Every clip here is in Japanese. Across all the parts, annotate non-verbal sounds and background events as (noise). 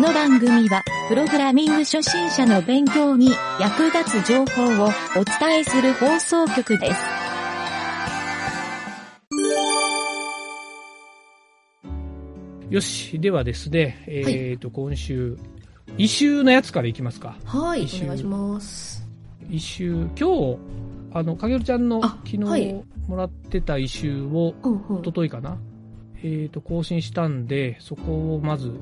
の番組は、プログラミング初心者の勉強に役立つ情報をお伝えする放送局です。よし、ではですね、えっ、と、今週、異臭のやつからいきますか。はい一周お願いします異臭、今日、あの、かげるちゃんのあ昨日はいもらってた異臭を、うんうん一昨日かな、えっ、と、更新したんで、そこをまず、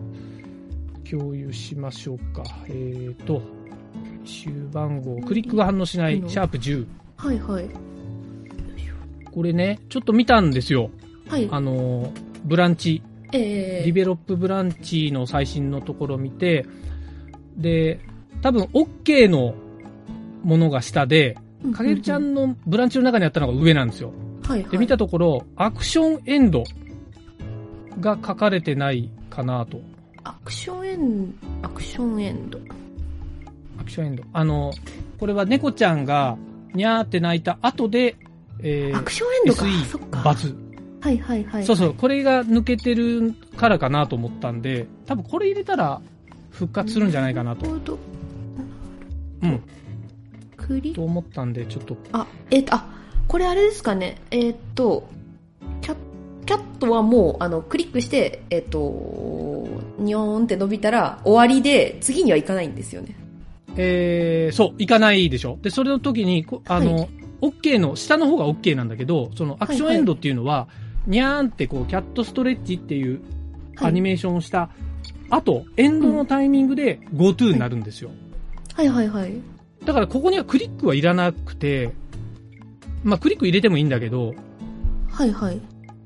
共有しましょうか。えっ、と、異臭番号、クリックが反応しない、うんシャープ10。はいはいこれね、ちょっと見たんですよ。はいあの、ブランチ。えディベロップブランチの最新のところを見て、で、多分 OK のものが下で、ーかげるちゃうんのブランチの中にあったのが上なんですよ。うんはいはいで、見たところ、アクションエンドが書かれてないかなと。アクションエンドアクションエンドアクションエンド。あの、これは猫ちゃんがにゃーって泣いた後で、えアーク、ションエンドかそっ SE か罰。はいはいはいそうそう、これが抜けてるからかなと思ったんで、多分これ入れたら復活するんじゃないかなとな。るほどうん。クリと思ったんで、ちょっとあ、えっ、と、あ、これあれですかね。えっ、と、キャッ、キャットはもう、あの、クリックして、えっ、と、にょーんって伸びたら、終わりで、次には行かないんですよね。えー、そう、行かないでしょ。で、それの時に、こあの、は OK の、下の方が OK なんだけど、そのアクションエンドっていうのは、にゃーんってこう、キャットストレッチっていうはいアニメーションをした、後、エンドのタイミングで GoTo になるんですよ。はいはいはい。だからここにはクリックはいらなくて、まあクリック入れてもいいんだけど、はいはい。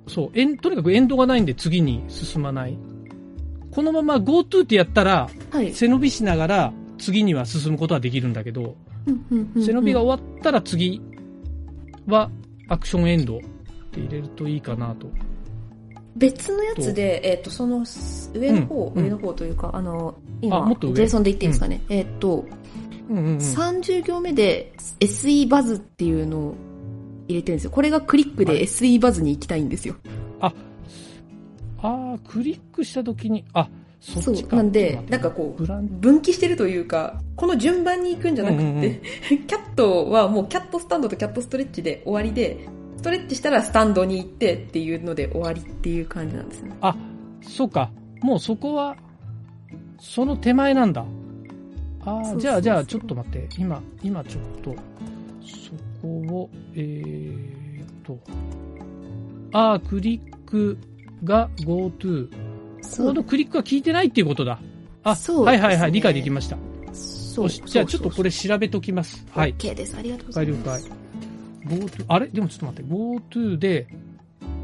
そう、エン、とにかくエンドがないんで次に進まない。このまま GoTo ってやったら、はい。背伸びしながら次には進むことはできるんだけど、うんうんうんうん背伸びが終わったら次はアクションエンドって入れるといいかなと。別のやつで、えっ、と、その、上の方、うん上の方というか、あの、あ今、もっと上 JSON で言っていいんですかね。えっ、と、うんうんうん。 30行目で SE バズっていうのを入れてるんですよ。これがクリックはいで SE バズに行きたいんですよ。ああ、クリックした時に、あ、そそっちう。か。なんで、ちなょんっと待かってこう、ブラン分岐してるというか、この順番に行くんじゃなくて、うんうんうん (laughs) キャットはもうキャットスタンドとキャットストレッチで終わりで、ストレッチしたらスタンドに行ってっていうので終わりっていう感じなんですね。あ、そうか。もうそこは、その手前なんだ。あそうあ、そうじゃあ、じゃあ、ちそょうっと待って。今、今ちょっと、そこを、えーっと、ああ、クリックが GoTo。こそこのクリックが効いてないっていうことだ。あ、そうはいはいですはい、ね理解できました。そよしじゃあちょっとこれ、調べときます。はい。 OK です。ありがとうございます。 GoTo、あれでもちょっと待って、GoTo で、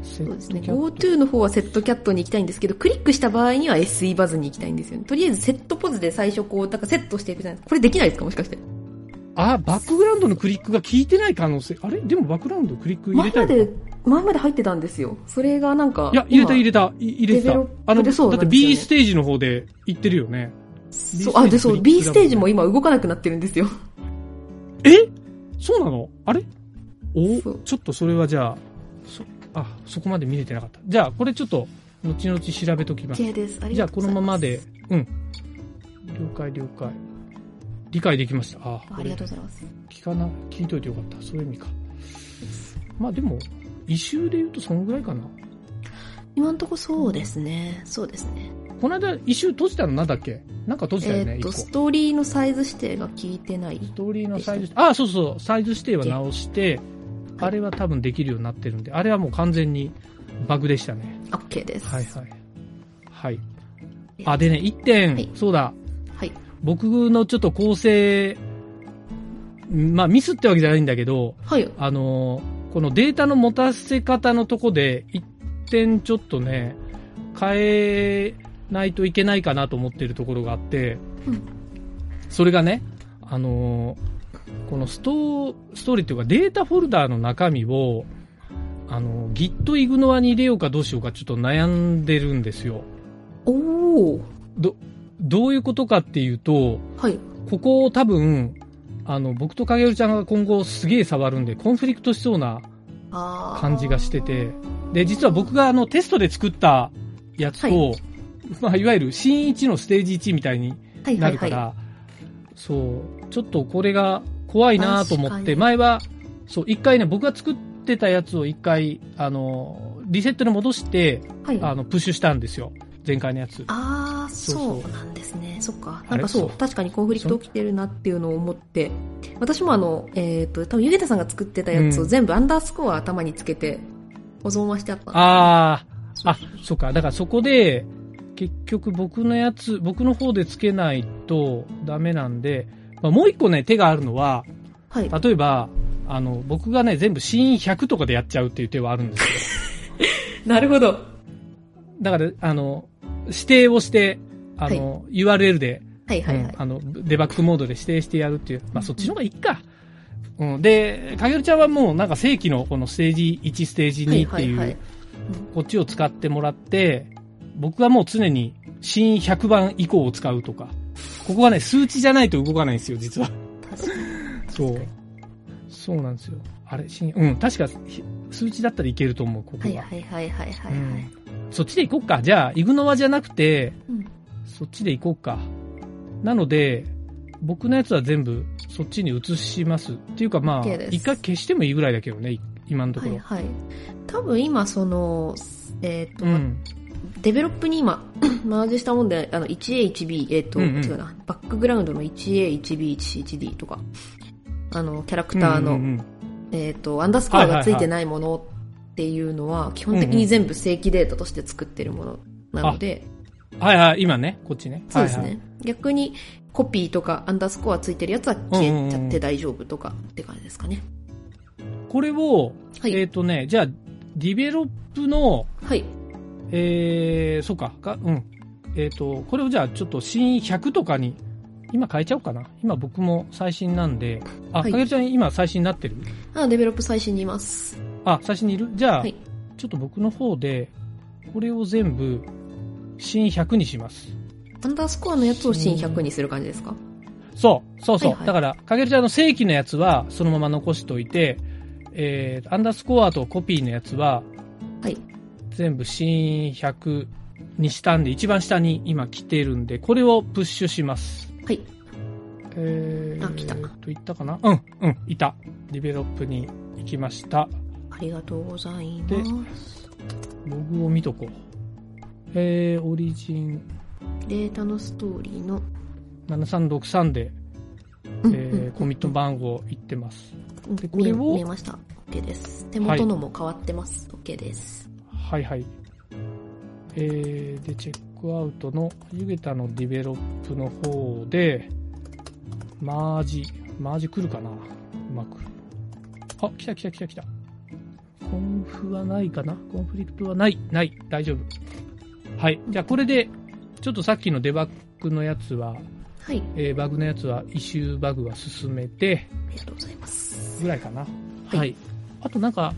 セそうですね。ットキャ GoTo ッの方はセットキャットに行きたいんですけど、クリックした場合には SE バズに行きたいんですよね。とりあえずセットポズで最初こう、だからセットしていくじゃないですか。これできないですかもしかして。トあ、バックグラウンドのクリックが効いてない可能性。あれでもバックグラウンドクリック入れ前たまよな。で、前まで入ってたんですよ。それがなんか。いや、入れた入れれた、い入れてデベたロップ。あの、でそうだなっんてですよね B ステージの方で行ってるよね。そう、あ、で、そう、 B B スステテーージジもも今動かなくなってるんですよ。えそうなのあれおそうちょっとそれはじゃあ、そ、あ、そこまで見れてなかった。じゃあ、これちょっと、後々調べときます。 OK です。ありじゃがあとうごこざいまのす。ままで、うん。了解了解。理解できました。ああ、あ。ありがとうございます。これ聞かな、聞いといてよかった。そういう意味か。まあでも、異臭で言うとそのぐらいかな。今んとこそうですね。そうですね。この間異臭閉じたのなんだっけなんか閉じたえよね、っ一と、個。スストーリーのサイズ指定が聞いてない。トーリーのサイズ、ああ、そうそう、サイズ指定は直して、はいあれは多分できるようになってるんで、あれはもう完全にバグでしたね。 OK です。はいはい。はい。あ、でね、一点、はいそうだ、はい。僕のちょっと構成、まあミスってわけじゃないんだけど、はい。あのーこのデータの持たせ方のとこで、一点ちょっとね、変えないといけないかなと思ってるところがあって、うんそれがね、あのーこのストストーリーというかデータフォルダーの中身を、あのー Git イグノアに入れようかどうしようかちょっと悩んでるんですよ。おー。ど、どういうことかっていうと、はい。ここを多分、あの、僕と影るちゃんが今後すげえ触るんで、コンフリクトしそうなあー感じがしててで、実は僕があのテストで作ったやつと、はまあ、いわゆる新1のステージ1みたいにはいはないるかはい。ら、はそう、ちょっとこれが怖いなと思っ確かて、に前は、そう、一回ね、僕が作ってたやつを一回、あの、リセットに戻して、い。あの、プッシュしたんですよ。前回のやつ。ああ、そうそうそうなんですね。そっか。あなれんかそそうう、確かにコンフリクト起きてるなっていうのを思って、私もあの、えっ、と、多分ゆげたさんが作ってたやつうをん全部アンダースコア頭につけて保存はしてあったんであすあ、あ、そっか。だからそこで、結局僕のやつ、僕の方でつけないとダメなんで、まあ、もう一個ね、手があるのは、はい。例えば、あの、僕がね、全部シーン100とかでやっちゃうっていう手はあるんですよ。なるほど。はだから、あの、指定をして、あの、URL で、いはいはい。うんあの、デバッグモードで指定してやるっていう。まあ、そっちの方がいいか。うん、で、かげるちゃんはもうなんか正規のこのステージ1、ステージはい2っはていはいいう、。こっちを使ってもらって、僕はもう常に新100番以降を使うとか。ここはね、数値じゃないと動かないんですよ、実は。確かに。そう。そうなんですよ。あれ、新、うん、確かひ数値だったらいけると思う、ここは。はいはいはいはいはいはい。うんそっちで行こっか。じゃあ、イグノワじゃなくて、うんそっちで行こうか。なので、僕のやつは全部そっちに移します。っていうかまあ、 OK です一回消してもいいぐらいだけどね、い今のとこはろ。いはい。多分今その、えっ、と、うん。デベロップに今、 (clears throat) マージしたもんで、あの、1A、1B、えっ、と、うんうん違うな、バックグラウンドの 1A、1B、1C、1D とか、あの、キャラクターの、うんうんえっ、と、アンダースコアがついてないものっていうのは、基本的に全部正規データとして作ってるものなので、うんはいはい、今ね、こっちね。そうですね、はいはい逆に、コピーとかアンダースコアついてるやつは消えちゃって大丈夫とかって感じですかね。これを、はいえっ、とね、じゃあ、ディベロップの、はい。えー、そうか、かうん。えっ、と、これをじゃあ、ちょっと新100とかに、今変えちゃおうかな。今僕も最新なんで、あ、はいかげるちゃん今最新になってるあ、デベロップ最新にいます。あ、最初にいるじゃあ、はいちょっと僕の方で、これを全部、新100にします。アンダースコアのやつを新100にする感じですかそう、そうそう。はいはいだから、かげるちゃんの正規のやつは、そのまま残しておいて、えー、アンダースコアとコピーのやつは、はい。全部新100にしたんで、一番下に今来てるんで、これをプッシュします。はい。えー、あ来たと、いったかなうん、うん、いた。ディベロップに行きました。ありがとうございます。ログを見とこう。えー、オリジン、データのストーリーの、 7363で、うえんーコミット番号いってます。うんでこ見れえを見えました。OK です。手元のも変わってます。OK です。はいはい。えー、で、チェックアウトの、ゆげたのディベロップの方で、マージ、マージ来るかなうまく。あ、来た来た来た来た。コンフはないかなコンフリクトはない、ない、大丈夫。はい。じゃあこれで、ちょっとさっきのデバッグのやつは、はい。えーバグのやつは、イシューバグは進めて、ありがとうございます。ぐらいかな。はいはい。あとなんか、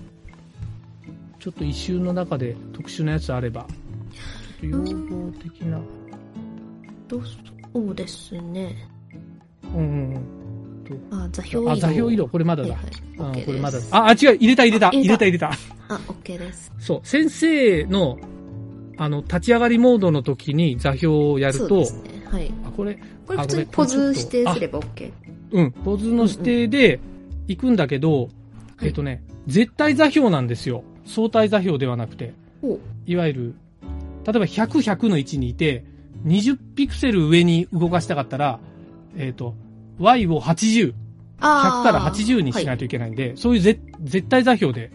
ちょっと一周の中で特殊なやつあれば、ちょっと要望的な。どうそうですね。うんうんあ、座うん。標あ、移動。座標移動、これまだはいだは。い。うん OK です。これまだだ。あ、あ違う、入れた入れた、あ入入れれたた入れた。あ、OK です。そう、先生の、あの、立ち上がりモードの時に座標をやるそうでと、すね。はい。あ、これ、これあ普通にごポめんズ指定すれば OK。うん、ポズの指定で行くんだけど、はいえっとね、絶対座標なんですよ。相対座標ではなくて。おいわゆる、例えば100、100の位置にいて、20ピクセル上に動かしたかったら、えっ、と、y を80、100から80にしないいといけないんで、そういうぜ絶対座標で、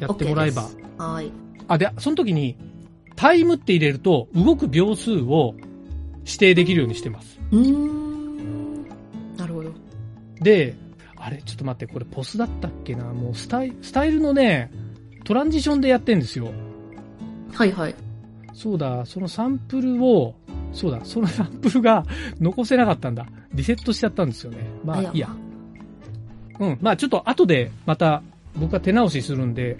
やってもらえ。ばはいあ OK ですはい。あ、で、その時に、タイムって入れると、動く秒数を指定できるようにしてます。うーん。なるほど。で、あれ、ちょっと待って、これポスだったっけなもうスタイスタイルのね、トランジションでやってんですよ。はいはい。そうだ、そのサンプルを、そうだ、そのサンプルが (laughs) 残せなかったんだ。リセットしちゃったんですよね。まあ、いいや。。うん。まあ、ちょっと後で、また、僕は手直しするんで、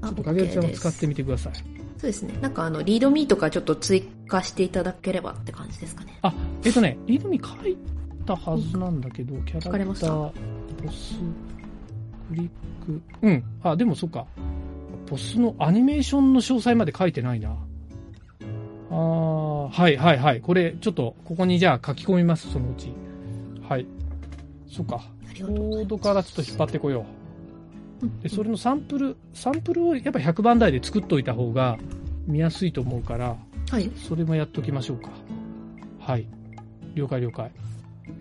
あ、かげるちゃん OK をです使ってみてください。そうですね。なんかあの、リードミーとかちょっと追加していただければって感じですかね。あ、えっとね、リードミ書いたはずなんだけど、キャラクわかりましタたー、ポス、クリック、うん。あ、でもそっか。ポスのアニメーションの詳細まで書いてないな。あー、ああ、はいはいはい。これ、ちょっと、ここにじゃあ書き込みます、そのうち。はい。そっか。ありコがとうござーいドからちょっと引っ張ってこよますう。で、それのサンプル、サンプルをやっぱ100番台で作っといた方が見やすいと思うから、はい。それもやっときましょうか。はい。了解了解。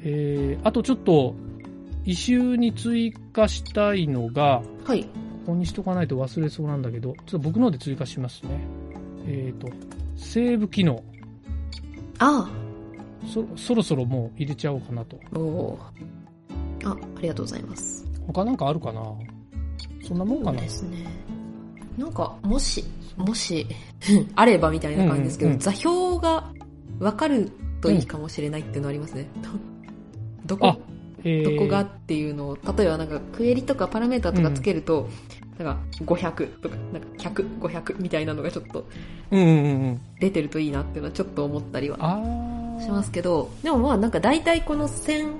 えー、あとちょっと、異臭に追加したいのが、はい。ここにしとかないと忘れそうなんだけど、ちょっと僕ので追加しますね。えっ、ー、と、セーブ機能。あそそろそろもう入れちゃおうかなと。あ。おーあ、ありがとうございます。他なんかあるかなそんなもんかそうなですね。なんか、もし、もし、 (laughs) あればみたいな感じですけど、うんうんうん座標がわかるといいかもしれないっていうのあり (laughs) ますね。どこあ、えーどこがっていうのを、例えばなんかクエリとかパラメータとかつけると、なんか500とか、なんか100、500みたいなのがちょっとうんうんうんうん。出てるといいなっていうのはちょっと思ったりはあーしますけど、でもまあなんか大体この1000、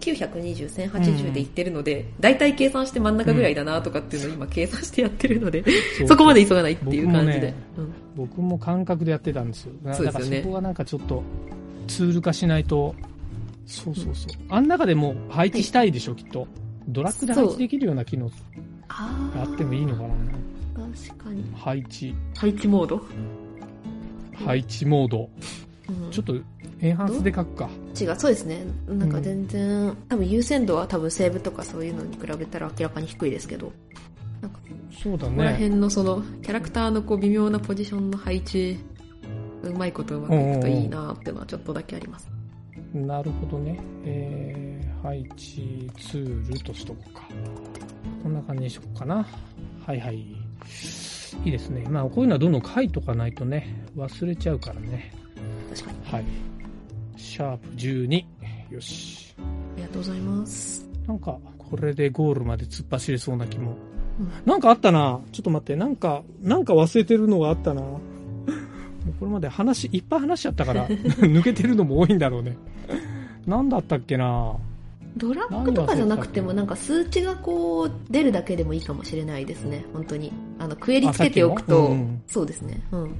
920、1080でいってるので、大体計算して真ん中ぐらいだなとかっていうのを今計算してやってるので、うそこまで急がないっていう感じで。うん僕も感覚でやってたんですよ。なそうですよねだからそこはなんかちょっとツール化しないと。そうそうそう。あん中でもう配置したいでしょ、きっと。ドラッグで配置できるような機能あがあってもいいのかな。ー確かに。配置、配置モード配置モード。うんちょっとエンハンスで書くか。違うそうですねなんか全然、多分優先度は多分セーブとかそういうのに比べたら明らかに低いですけどなんかこそうだこらね。辺のそのキャラクターのこう微妙なポジションの配置うまいことうまくいくといいなっていうのはちょっとだけありますなるほどね。えー、配置ツールとしとこうか。こんな感じにしとこうかな。はいはい。いいですね。まあ、こういうのはどんどん書いとかないとね、忘れちゃうからね。確かにはい。シャープ12。よし。ありがとうございますなんか、これでゴールまで突っ走れそうな気もうん。なんかあったな。ちょっと待って。なんか、なんか忘れてるのがあったな。もうこれまで話、いっぱい話しちゃっ (laughs) たから、抜けてるのも多いんだろうね。なんだったっけな。ドラッグとかじゃなくてもなんか数値がこう出るだけでもいいかもしれないですね本当にあのクエリつけておくあさっと、きのうんそうですねうん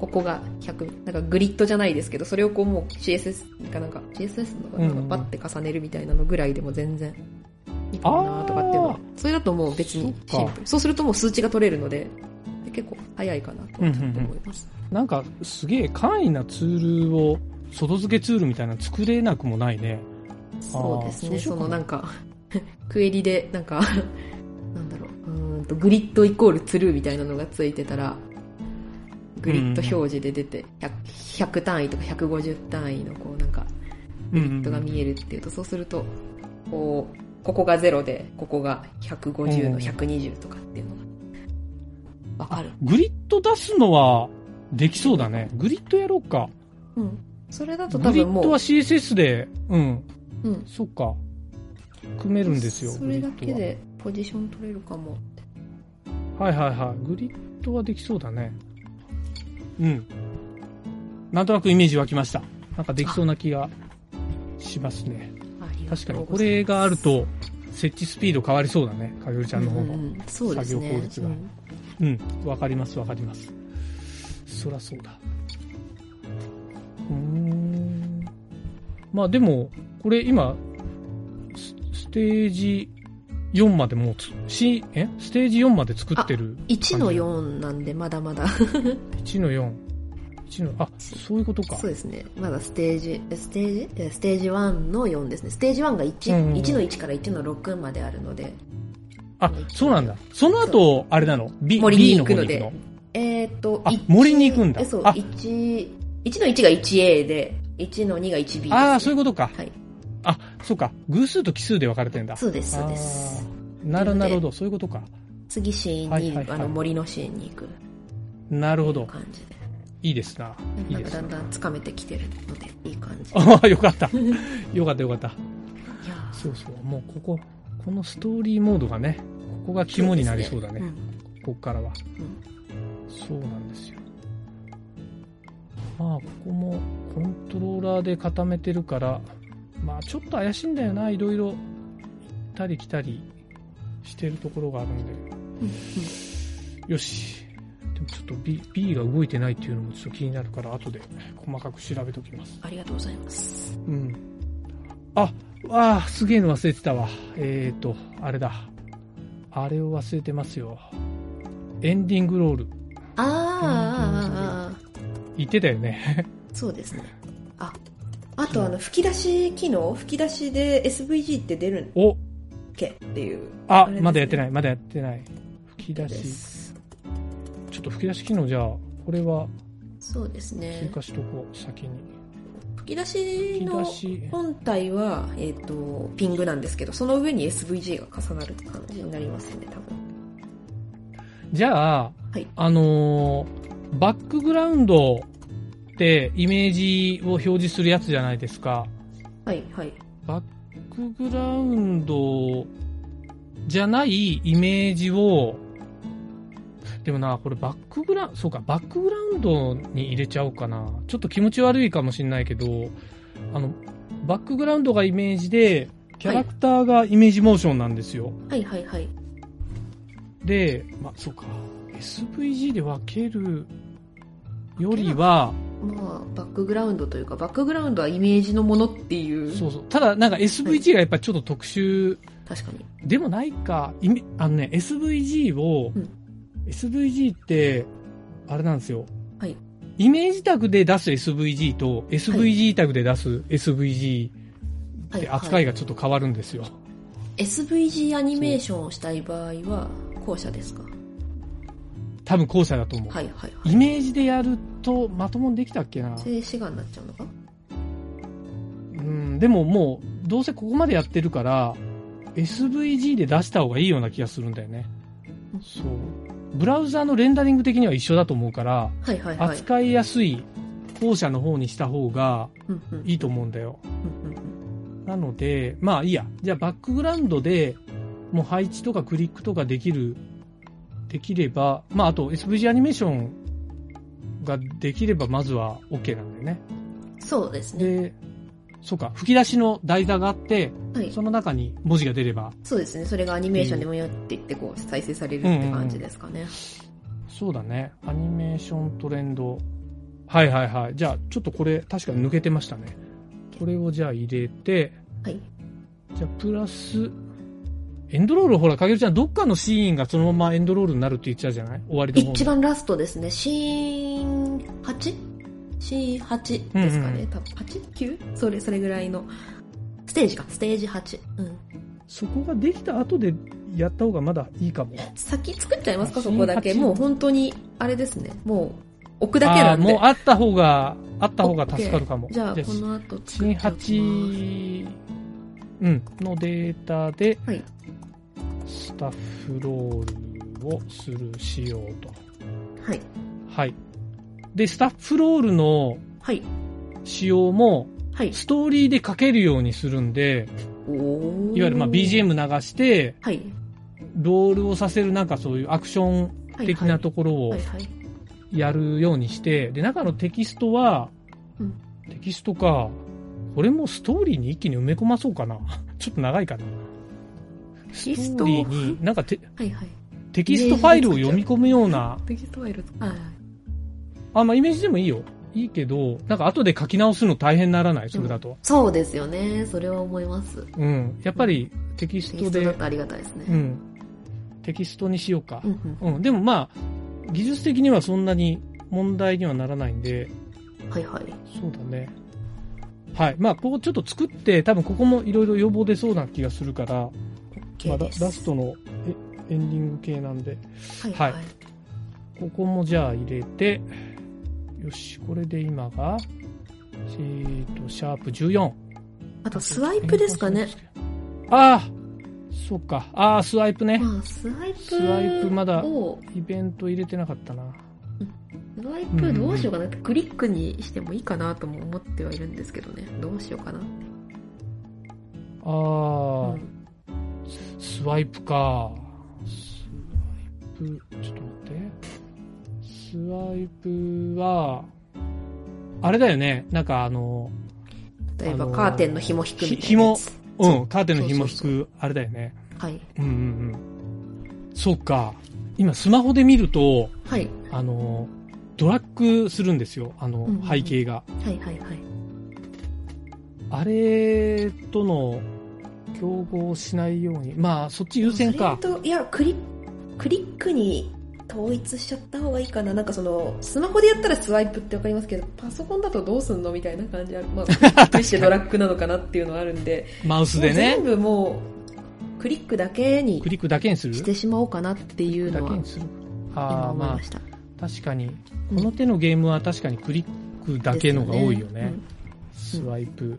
ここが100なんかグリッドじゃないですけどそれをこうもう CSS かなんか CSS のうんなうんんかパッて重ねるみたいなのぐらいでも全然いいかもなとかっていうのあはそれだともう別にシンそっプルそうするともう数値が取れるのでで結構早いかなとうんうん思います、なんかすげえ簡易なツールを外付けツールみたいなの作れなくもないね。そうですあーそうねしそようかなのなんか (laughs) クエリでなんか (laughs) なんだろううーんとグリッドイコールツルーみたいなのがついてたらグリッド表示で出て 100, 100単位とか150単位のこうなんかうグリッドが見る。えるっていうとそうするとこうここが0でここが150の120とかっていうのがわかる、グリッド出すのはできそうだね。グリッドやろうか。うん、それだとグ多リ分ッドはも CSS で、うん、う、うん、そっか。組めるんですよ。それだけグリッでポジション取れるかもドは。はいはいはい。グリッドはできそうだね。うん。なんとなくイメージ湧きました。なんかできそうな気がしますね。ありが確かとうにごこざいれますがあると設置スピード変わりそうだねかよりちゃんの方もううんんうんそうですね作業効率がうんわ、かりますわかりますそらそうだうーんまあでもこれ今スステージ4までもうつしえステージ4まで作ってる1の4なんでまだまだ1の41のあそういうことかそうですねまだステージえステージえステージ1の4ですねステージ1が1、うんうん1の1から1の6まであるのであそうなんだその後あれなの B, 森 B にの行く方のにで行くのえーっとあ一森に行くんだえそうあ1 1の1が 1A で1の2が 1B ですああそういうことかはいあそうか偶数と奇数で分かれてんだそうですそうですあーなるなるほど、そういうことか。次シーンに、はいはいはいあの森のシーンに行くなるほど。感じでいいですな。いいなんかですだ。なんだんつかめてきてるのでいい感じいああ、よか (laughs) った。よかったよかった。やーそうそう。もうここ、このストーリーモードがね、ここが肝になりそうだね。んここからは、そうなんですよ。まあ、ここもコントローラーで固めてるから、まあ、ちょっと怪しいんだよな、いろいろ。行ったり来たりしてるところがあるんで。よし。でもちょっと B, B が動いてないっていうのもちょっと気になるから、後で細かく調べときます。ありがとうございます。うん。あ、あーすげえの忘れてたわ。えーと、あれだ。あれを忘れてますよ。エンディングロール。あーあーあーあ言ってたよね。ー、そうですね。あ、あとあの、吹き出し機能吹き出しで SVG って出るんお、けっていうああ、れですねまだやってない、まだやってない。吹きで出し。す。ちょっと吹き出し機能じゃあ、これはそうです追ね。加しとこう、先に。吹き出し吹きの出し。本体は、えっ、と、ピングなんですけど、その上に SVG が重なる感じになりますね、多分。じゃあ、はいあのーバックグラウンドってイメージを表示するやつじゃないですか。はい、はい。バックグラウンドじゃないイメージを、でもな、これバックグラ、そうか、バックグラウンドに入れちゃおうかな。ちょっと気持ち悪いかもしれないけど、あの、バックグラウンドがイメージで、キャラクターがイメージモーションなんですよ。はい、はい、はい。で、まあ、そうか、SVG で分けるよりは、まあ、バックグラウンドというか、バックグラウンドはイメージのものっていう。そうそう、ただなんか SVG がやっぱちょっと特殊確かに。でもないか、イメあのね、SVG を、うん SVG って、あれなんですよ。はいイメージタグで出す SVG と、SVG タグで出す SVG っはい、て扱いはがちょっと変わるんですよ。い。SVG アニメーションをしたい場合は、後者ですか多分後者だと思う。はい、はい、は。。イメージでやると、まともにできたっけない静止画になっちゃうのかうん、でももう、どうせここまでやってるから、SVG で出した方がいいような気がするんだよねう。んそう。ブラウザーのレンダリング的には一緒だと思うから、はい、はい、はい。扱いやすい後者の方にした方がうん、うん、いいと思うんだよ。うん、うんなので、まあいいや。じゃあバックグラウンドでもう配置とかクリックとかできる、できれば、まああと SVG アニメーションができればまずは OK なんだよね。うん。そうですね。で、そうか、吹き出しの台座があって、はい。その中に文字が出れば、そうですね。それがアニメーションでもよって言って、こう、再生されるって感じですかね。そうだね。アニメーショントレンド。はいはいはい。じゃあちょっとこれ確かに抜けてましたね。これをじゃあ入れて、はい。じゃあ、プラス、エンドロール、ほら、かげるちゃん、どっかのシーンがそのままエンドロールになるって言ってたじゃない終わりの方に一番ラストですね。シーン 8? シーン8ですかね。うんうん多分 8?9? それ、それぐらいの。ステージか。ステージ8。うん。そこができた後でやった方がまだいいかも。先作っちゃいますかそこだけ。シーン8もう本当に、あれですね。もう、置くだけあなあー、んもうで。あった方が、あった方が助かるかも。じゃあ、じゃこの後作新っておきます。 8、うん、のデータで、はいスタッフロールをする、しようと。はい。はい。で、スタッフロールのはい。仕様も、はい。ストーリーで書けるようにするんで、おーいわゆるまあ。BGM 流して、はい。ロールをさせるなんかそういうアクションはい。的なところはをい。はい。やるようにして、で、中のテキストはうん、テキストか、これもストーリーに一気に埋め込まそうかな。 (laughs) ちょっと長いかな。キスストトーリーに、なんかテはい。はい。テキストファイルを読み込むような、テキストファイルとか。はいはい。あ、まあイメージでもいいよ。いいけど、なんか後で書き直すの大変ならない、それだと。そうですよね。それは思います。うん。やっぱりテキステキトストだでと、ありがたいですうね。ん。テキストにしようかうん。うん。うん。でもまあ、技術的にはそんなに問題にはならないんで、はいはい。そうだね。はい。まあ、ここちょっと作って、多分ここもいろいろ要望出そうな気がするから、まあ、 OK ラです。ラストのえエンディング系なんで、はいははいい。ここもじゃあ入れて、よし、これで今が、えーと、シャープ14。あと、スワイプですかね。。ああ、そっか。ああ、スワイプね。まあ、スワイプを。スワイプまだスイベント入れてなかったな。ワイプどうしようかなって、クリックにしてもいいかなとも思ってはいるんですけどね。どうしようかなって。ああ、うんスワイプか。スワイプ、ちょっと待って。スワイプは、あれだよね。なんかあの、例えあば、のーカーテンの紐引くみたいなやつ。ひ紐うん、カーテンの紐引そうそうく、あれだよね。はい。うんうんうん。そっか。今スマホで見ると、はい。あの、ドラッグするんですよ、あのうんうん、背景が。はいはいはい。あれとの競合しないように。まあ、そっち優先か。それといやクリクリックに統一しちゃった方がいいかななんかそのスマホでやったらスワイプってわかりますけどパソコンだとどうすんのみたいな感じある (laughs) まあどうしてドラッグなのかなっていうのはあるんでマウスでねもう全。部もうクリックだけにクリックだけにするしてしまおうかなっていうだのけはにする。今ああ、思いまましただあ、確かに。この手のゲームは確かにクリックだけのが多いよね。スワイプ、んク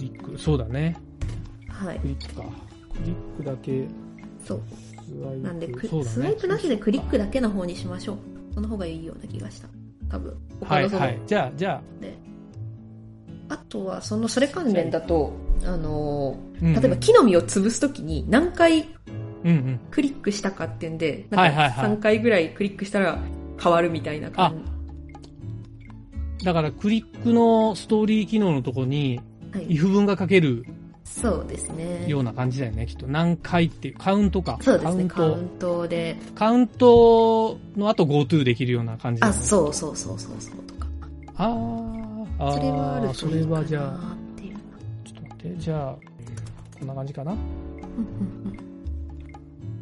リック。そうだね。はいクリックか。クリックだけ、そうスワイプ。なんでク、そうだねスワイプなしでクリックだけの方にしましょうその方がいいような気がした多分他はのいその、はい。じゃあ、じゃあとはそのそれ関連だとあのーあ、うんうん例えば、木の実を潰すときに何回うんうん。クリックしたかっていうんで、はなんいかはいはい3回ぐらいクリックしたら変わるみたいな感だから、クリックのストーリー機能のとこに、じ。はい、 if 文が書けるそうですね。ような感じだよね、きっと。何回っていう、カウントか。そうですね、カカウウンントト。で。カウントの後 GoTo できるような感じだあ、ねそうそうそうそうそうとか。あーあー、それはあるとそいれいかはじゃあ、なっていう。ちょっと待って、じゃあ、こんな感じかな。うんうんうん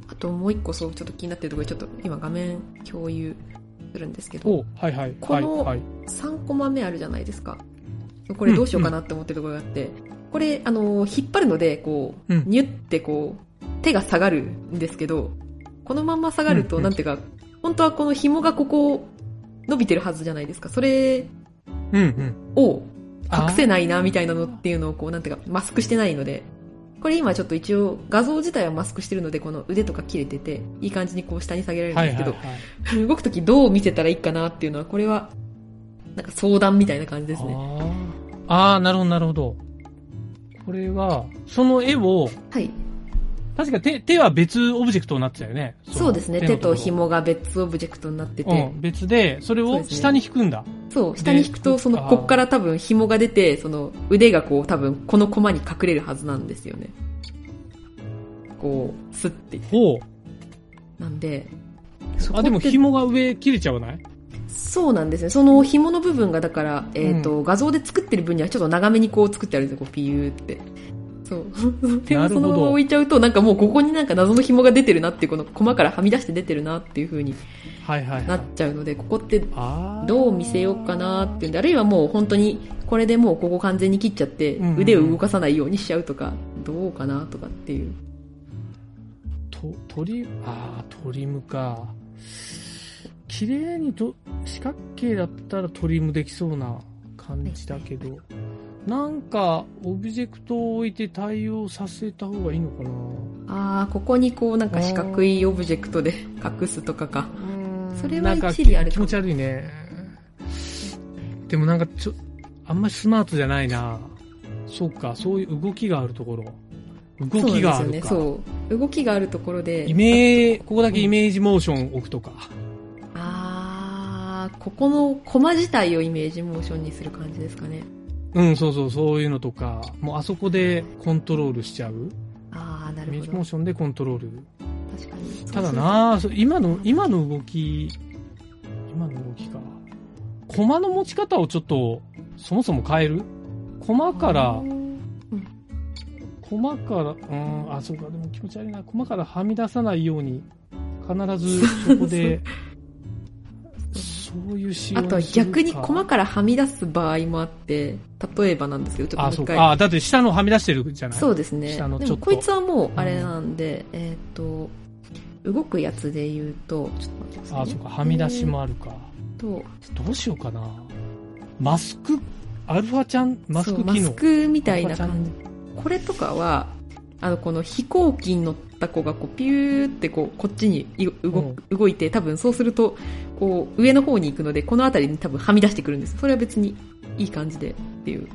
あともう一個そう、ちょっと気になってるところでちょっと今画面共有するんですけど、おはいはい。このはいはい、 3コマ目あるじゃないですか。これどうしようかなって思ってるところがあって、これ、あの、引っ張るので、こう、うんニュってこう、手が下がるんですけど、このまま下がるうんと、うんなんていうか、本当はこの紐がここ、伸びてるはずじゃないですか。それうんうん。を隠せなないな、みたいなのっていうのを、こう、なんていうか、マスクしてないので、これ今ちょっと一応、画像自体はマスクしてるので、この腕とか切れてて、いい感じにこう下に下げられるんはでいすはけどい、はい、。動くときどう見せたらいいかなっていうのは、これは、なんか相談みたいな感じですね。あーあー、なるほど、なるほど。これは、その絵を、はい。確か手、手は別オブジェクトになってたよね。のそうですね。手のことろ紐が別オブジェクトになってうて、ん、別で、それそうをですね下に引くんだ。そう、下に引くと、でその、あーこっから多分紐が出て、その腕がこう、多分このコマに隠れるはずなんですよね。こう、スッて。ほう。なんで、そこあ、っでもて紐が上切れちゃわないそうなんですね。その紐の部分が、だから、えっ、と、画像で作ってる分にはちょっと長めにこう作ってあるんですよ、こう、ピューって。 (laughs) そう。手をなそるほのどまま置いちゃうと、なんかもうここになんか謎の紐が出てるなっていう、このコマからはみ出して出てるなっていう風にはいはいはないっ。ちゃうので、ここってあーどう見せようかなっていうんで、あるいはもう本当に、これでもうここ完全に切っちゃってうんうんう、ん腕を動かさないようにしちゃうとか、どうかなとかっていう。と、トリ、あートリムか。綺麗にと、四角形だったらトリムできそうな感じだけど、なんか、オブジェクトを置いて対応させた方がいいのかなああ、ここにこうなんか四角いオブジェクトで (laughs) 隠すとかか。それはなんか一理ある気か持もち悪いね。でもなんかちょ、あんまりスマートじゃないな。そうか、そういう動きがあるところ。動きがあそうるか。なんですよね。そう。動きがあるところで。イメージ、ここだけイメージモーション置くとか。ああ、ここのコマ自体をイメージモーションにする感じですかね。うん、そうそう、そういうのとか。もうあそこでコントロールしちゃう。ああ、なイメるーほジど。モーションでコントロール。確かに。ただなあそう今の、今の動き、今の動きか。駒の持ち方をちょっと、そもそも変える駒そうすると、からあ、ー駒から、うん、あ、そうか、でも気持ち悪いな。駒からはみ出さないように、必ずそこで、そういう仕様あとは逆に駒駒からはみ出す場合もあって、例えばなんですけど、ちょっともあ、そう一回。か。あ、だって下のはみ出してるじゃない。そううですね。で下ものちょっとこいつはもうあれなんで、えーっと、動くやつで言うと、ちょっと待ってください、ね。あ、そうか。はみ出しもあるか。えーと。どうしようかな。マスク、アルファちゃん、マスそクう機マ能。スクみたいなアルファ感ちじ。これとかは、あの、この飛行機に乗った子がこうピューってこう、こっちにい動く動いて、多分そうすると、こう、上の方に行くので、この辺りに多分はみ出してくるんです。それは別にいい感じでっていう、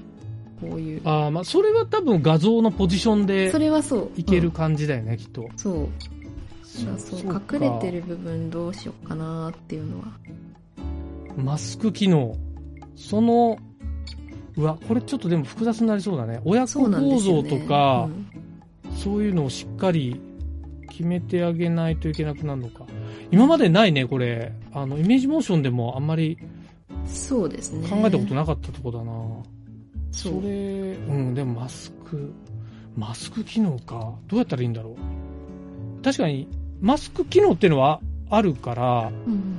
こういう。あーまあ、それは多分画像のポジションでそれはそう。いけうるん感じだよね、きっと。そう。だからそうそうか隠れてる部分どうしようかなっていうのは。マスク機能。その、うわ、これちょっとでも複雑になりそうだね。親そ子うなんで構すよ、造ね。とかう、んそういうのをしっかり決めてあげないといけなくなるのか。今までないね、これ。あの、イメージモーションでもあんまりそうですね。考えたことなかったとこだな。そそうれ、うん、でもマスク、マスク機能か。どうやったらいいんだろう。確かに、マスク機能っていうのはあるから、うんうん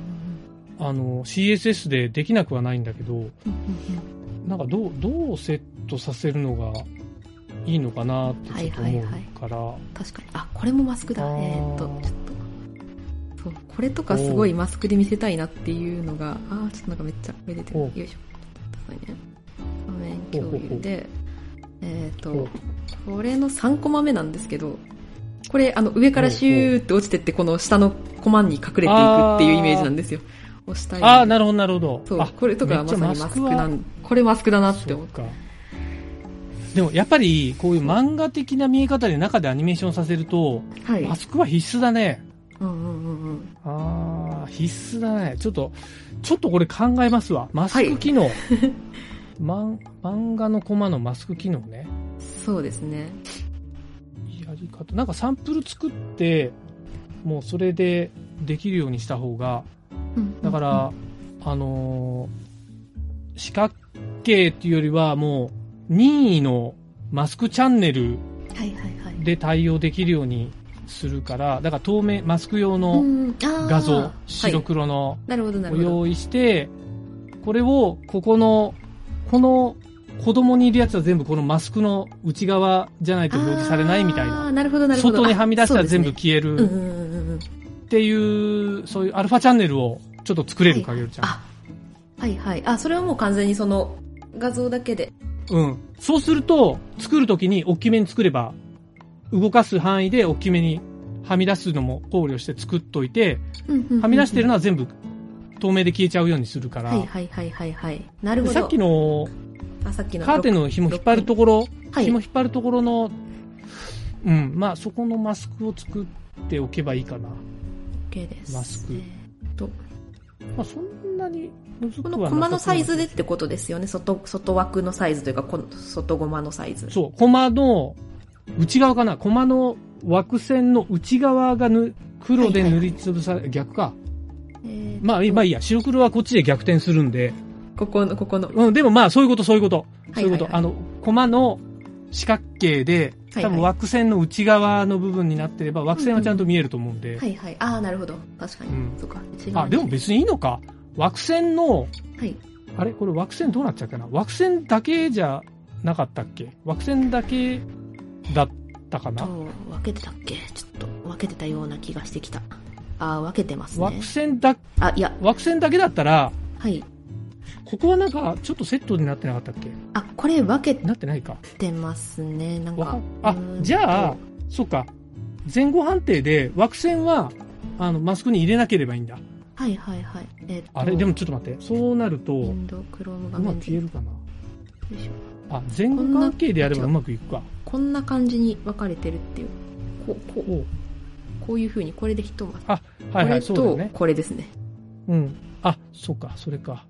あの、CSS でできなくはないんだけど、うんうんうんなんかどう、どうセットさせるのがいいのかなってちょっと思うから、確かに。あ、これもマスクだ。あーえーっと、ちょっと。そう、これとかすごいマスクで見せたいなっていうのが、あー、ちょっとなんかめっちゃめでてる。およいしょ。くださいね。画面共有で、えーっと、これの3コマ目なんですけど、これ、あの、上からシューって落ちてって、この下のコマに隠れていくっていうイメージなんですよ。押したい。ああ、なるほど、なるほど。そうあ、これとかはまさにマスクなん、これマスクだなって思っそうかでもやっぱりこういう漫画的な見え方で中でアニメーションさせると、た。はい。マスクは必須だね。うんうんうんうん。ああ、必須だね。ちょっと、ちょっとこれ考えますわ。マスク機能。マン (laughs) 漫画のコマのマスク機能ね。そうですね。やり方。なんかサンプル作って、もうそれでできるようにした方が、だから、あのー四角形っていうよりはもう任意のマスクチャンネルうん、はいはいはい。で対応できるようにするから、だから透明、マスク用うのんあー画像、は白い黒のなるほどなをるほど。用意して、これをここの、この子供にいるやつは全部このマスクの内側じゃないと表示されないみたあいな。ーなるほどなるほど。外にはみ出したら全部あ消えそうでするねうんうんうんうん。っていう、そういうアルファチャンネルをちょっと作れるか、はいげるちゃん。あ、はいはい。あ、それはもう完全にその画像だけで。うん。そうすると、作るときに大きめに作れば、動かす範囲で大きめにはみ出すのも考慮して作っといて、はみ出してるのは。は全部透明で消えちゃうようにするから、はいはいはいはいはい。なるほど。さっきのあ、さっきの。カーテンの紐引っ張るところ、はい紐引っ張るところの、うん、まあそこのマスクを作っておけばいいかな。 OK です。マスクえーとまあそんなに難しくこのはなさそうコマのサイズでってことですよね。外、外枠のサイズというか、この外ゴマのサイズ。そう、コマの内側かな。コマの枠線の内側がぬ黒で塗りつぶされ、逆か。えーとまあ、まあいいや、白黒はこっちで逆転するんで。ここの、ここの。うん、でもまあ、そういうこと、そういうこと。はそいういうはこいはいと。あの、コマの四角形で、はい多分枠線の内側の部分になってれば、枠線はちゃんと見えると思うんでは。いはい。ああ、なるほど。確かに。うんそうか。一番あ、でも別にいいのか。枠線の、はい。あれこれ枠線どうなっちゃったかな枠線だけじゃなかったっけ枠線だけだったかなと分けてたっけちょっと分けてたような気がしてきたあー分けてますね枠線だ、あいや枠線だけだったら、はいここはなんか、ちょっとセットになってなかったっけあこれ分けなってないか。てますねなんわかかあうーん、とじゃあ、そっか。前後判定で、枠線は、あの、マスクに入れなければいいんだ。はいはいはいえっとあれでもちょっと待って。そうなると、ウィうンドウクローム画ま面くで消えるかな。よいしょあ、前後関係でやればうまくいくか。こんな感じに分かれてるっていうこうこうおうこういうふうにこれで一マスはいはい、そこうだよれとね。これですねうん。あ、そうか、それか。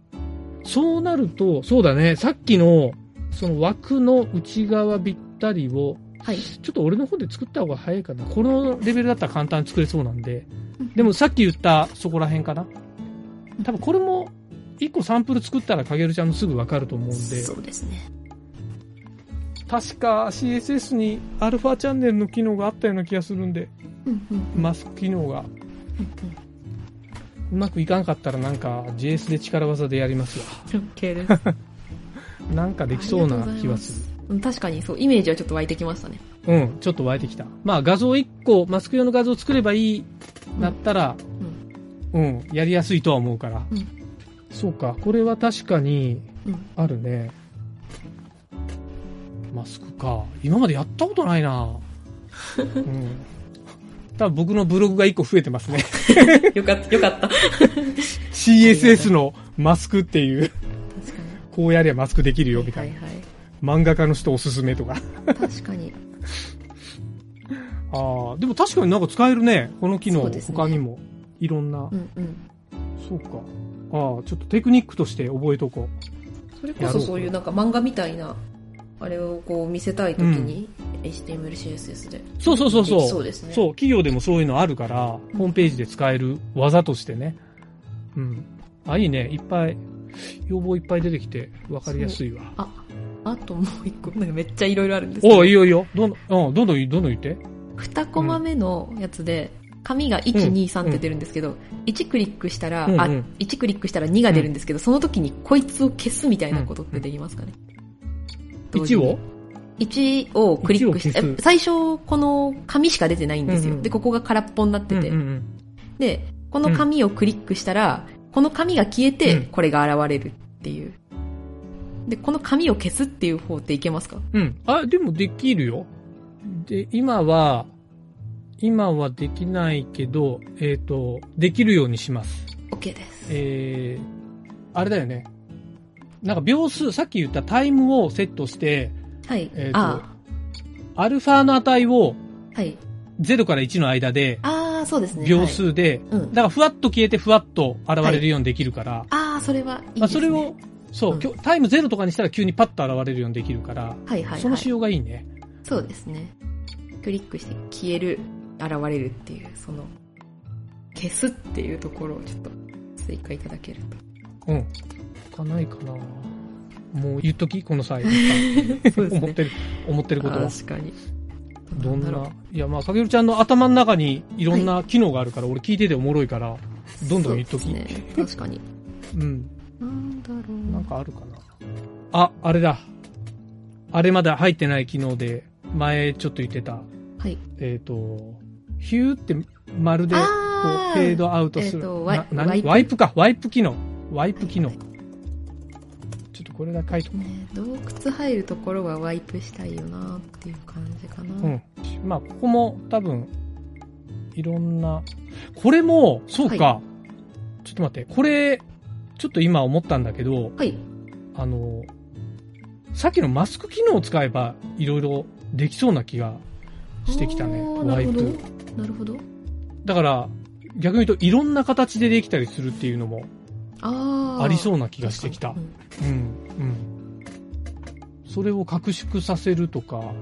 そうなると、そうだね、さっきの、その枠の内側ぴったりを、はいちょっと俺の方で作った方が早いかな。このレベルだったら簡単に作れそうなんで。でもさっき言ったそこら辺かな。多分これも、一個サンプル作ったらかげるちゃんもすぐわかると思うんでそ、うですね確か CSS にアルファチャンネルの機能があったような気がするんで、うんうんうんマスク機能がうまくいかんかったらなんか JS で力技でやりますわ。 OK ですなんかできそうな気はする。る確かにそうイメージはちょっと湧いてきましたねうん、ちょっと湧いてきた。まあ画像1個、マスク用の画像を作ればいい、だったら、うん、やりやすいとは思うから。うんそうか、これは確かにうんあるね。マスクか。今までやったことな (laughs) いなうん。多分僕のブログが1個増えてますね。 (laughs) よかったよかった確 CSS のマスクっていう、かにこうやりゃマスクできるよみたいな。はいはいはい漫画家の人おすすめとか。確かに。ああ、でも確かになんか使えるね。この機能、そうですね他にも。いろんな。うんうん。そうか。ああ、ちょっとテクニックとして覚えとこそれこやそろうそういうなんか漫画みたいな、あれをこう見せたいときに、 HTML、CSS で。そうそうそうそう。そうですねそう、企業でもそういうのあるから、ホームページで使える技としてね。うん。あ、いいね。いっぱい、要望いっぱい出てきて、わかりやすいわ。あ、あともう一個、なんかめっちゃいろいろあるんですけど。おいいよいいよ。どんどん、うん、どんどん、どんどん言って。 2コマ目のやつで、紙が1、うん2、3って出るんですけど、1クリックしたら、うんうんあ、1クリックしたら2が出るんですけど、その時にこいつを消すみたいなことってできますかね。同時1にを ?1 をクリックし一を消すて、最初この紙しか出てないんですよ。うんうんで、ここが空っぽになってて。うんうんうんで、この紙をクリックしたら、この紙が消えて、うんこれが現れるっていう。で、この紙を消すっていう方っていけますかうん。あ、でもできるよ。で、今は、今はできないけど、えっ、と、できるようにします。 ?OK です。えー、あれだよね。なんか秒数、さっき言ったタイムをセットして、はい。えーとあアルファの値をあ、はい。 0から1の間で、ああ、そうですね。秒数で、はい。うん。だからふわっと消えてふわっと現れるようにできるから、ああ、それはいいまであ、すそね。れを、そう、うんきょタイム0とかにしたら急にパッと現れるようにできるから、はいはい、はい。その仕様がいいね。そうですね。クリックして消える、現れるっていう、その、消すっていうところをちょっと追加いただけるうん。他ないかなもう言っときこの際。 (laughs) と。そうです思っね。てる、思ってることは。確かに。どんだろうな、いやまあ、かけるちゃんの頭の中にいろんな機能があるから、俺聞いてておもろいから、どんどん言っときそうですね。確かに。うん。なんだろうなんかあるかな。あ、あれだ。あれまだ入ってない機能で、前ちょっと言ってた、はい。えっ、と、ヒューってまるでこうあーフェードアウトする。えーとワイな何ワイプワイプか。ワイプ機能。ワイプ機能。はいちょっとこれだけ書いとこね、洞窟入るところはワイプしたいよなっていう感じかな。う。うん。まあ、ここも多分、いろんな、これも、そうか。ちょっと待って。これ、ちょっと今思ったんだけど、はい。あの、さっきのマスク機能を使えば、いろいろできそうな気がしてきたね。あーワなイるほどプ。。なるほど。だから、逆に言うと、いろんな形でできたりするっていうのも、ああ。ありそううな気がしてきたん。うん、うん。それを拡縮させるとか、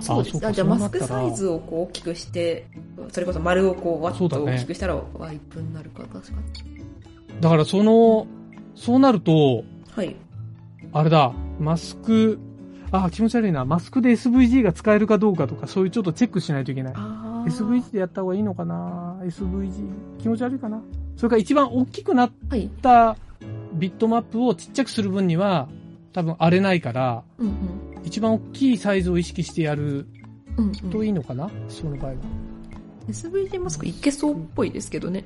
そうでそす。うかあじゃあそうマなっスたクらサイズをこう大きくして、それこそ丸をこうワそッうだとね大きくしたらワイプになるか、確かに。だからその、そうなると、はい。あれだ、マスク、あ、気持ち悪いな、マスクで SVG が使えるかどうかとか、そういうちょっとチェックしないといけない。ああ。 SVG でやった方がいいのかな ?SVG。気持ち悪いかなそれから一番大きくなっはい。たビットマップをちっちゃくする分には、多分荒れないから、うんうん。一番大きいサイズを意識してやるうん、うとん。いいのかな、その場合は。 SVG マスクいけそうっぽいですけどね。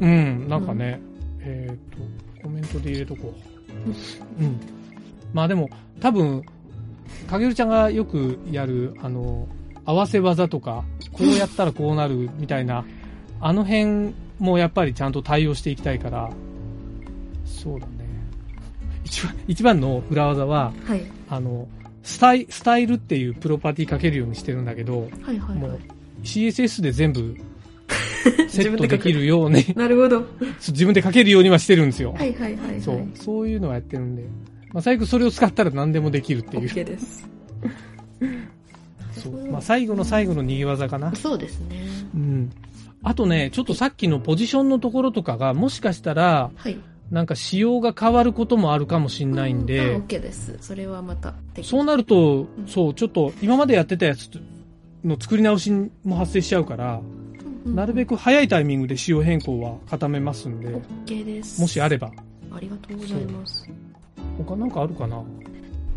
うん、なんかね、えっ、と、コメントで入れとこう。うん。まあでも、多分、かげるちゃんがよくやる、あの、合わせ技とか、こうやったらこうなるみたいな、あの辺もやっぱりちゃんと対応していきたいから、そうだね。一番、一番の裏技は、はい。あの、スタイ、スタイルっていうプロパティかけるようにしてるんだけど、はいはいもはうい。 CSS で (laughs) 全部セットできるように、なるほど。そう自分で書けるようにはしてるんですよ。はいはいはい、はい。そう。そういうのはやってるんで。まあ、最後それを使ったら何でもできるっていう。 OK (laughs) です。そう。まあ、最後の最後の逃げ技かな。そうですね。うん。あとね、ちょっとさっきのポジションのところとかが、もしかしたら、はい。なんか仕様が変わることもあるかもしんないんうであ、OK です。それはまた。そううなるとう、んそう、ちょっと今までやってたやつの作り直しも発生しちゃうから、なるべく。く早いタイミングで仕様変更は固めますんで、 OK です。もしあれば。ば。ありがとうございます。他なんかあるかな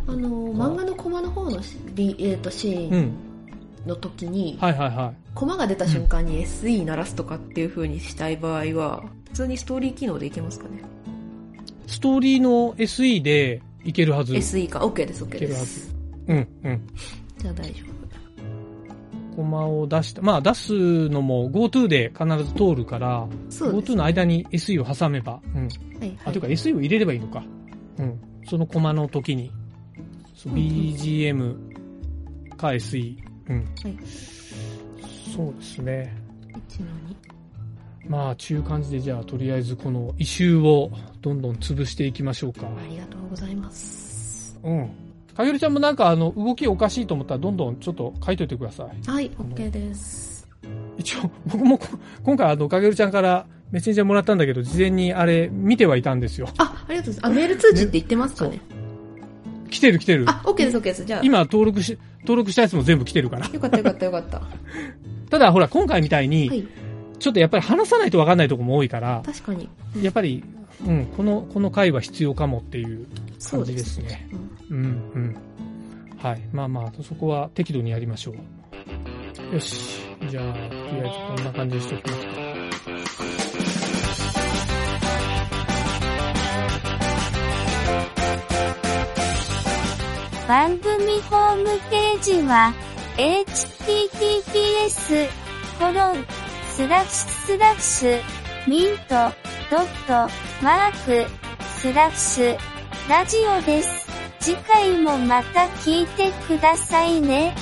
あの、漫画のコマの方のし、リえー、とシうーンん。の時に、はいはいはい。コマが出た瞬間に SE 鳴らすとかっていう風にしたい場合は、普通にストーリー機能でいけますかね。ストーリーの SE でいけるはず。 SE か。OK です、OK いけるではすず。うん、うん。じゃあ大丈コマを出した。まあ出すのも GoTo で必ず通るから、夫。そうです。 GoTo の間に SE を挟めば、うん。はいあ、はというかい。 SE を入れればいいのか。うん。そのコマの時に。そううんうん BGM か SE。うん。はいそうですね。 1の2まあ、ちゅう感じで、じゃあ、とりあえずこの異臭をどんどん潰していきましょうか。ありがとうございます。うん。かげるちゃんもなんかあの、動きおかしいと思ったらどんどんちょっと書いといてください。はい、OK です。一応、僕もこ今回あの、かげるちゃんからメッセンジャーもらったんだけど、事前にあれ見てはいたんですよ。あ、ありがとうございます。あ、メール通知って言ってますかね。来てる来てる。あ、OK です、OK です。じゃあ、今登録し、登録したやつも全部来てるから。よかったよかったよかった。はただほら、今回みたいに、い、ちょっとやっぱり話さないと分かんないとこも多いから、確かに。やっぱり、うん、この、この回は必要かもっていう感じですそうでね。すねうん、うん。はい。まあまあ、そこは適度にやりましょう。よし。じゃあ、とりあえずこんな感じにしておきますか。番組ホームページは、https, コロン、スラッシュスラッシュ、ミント、ドット、マーク、スラッシュ、ラジオです。次回もまた聞いてくださいね。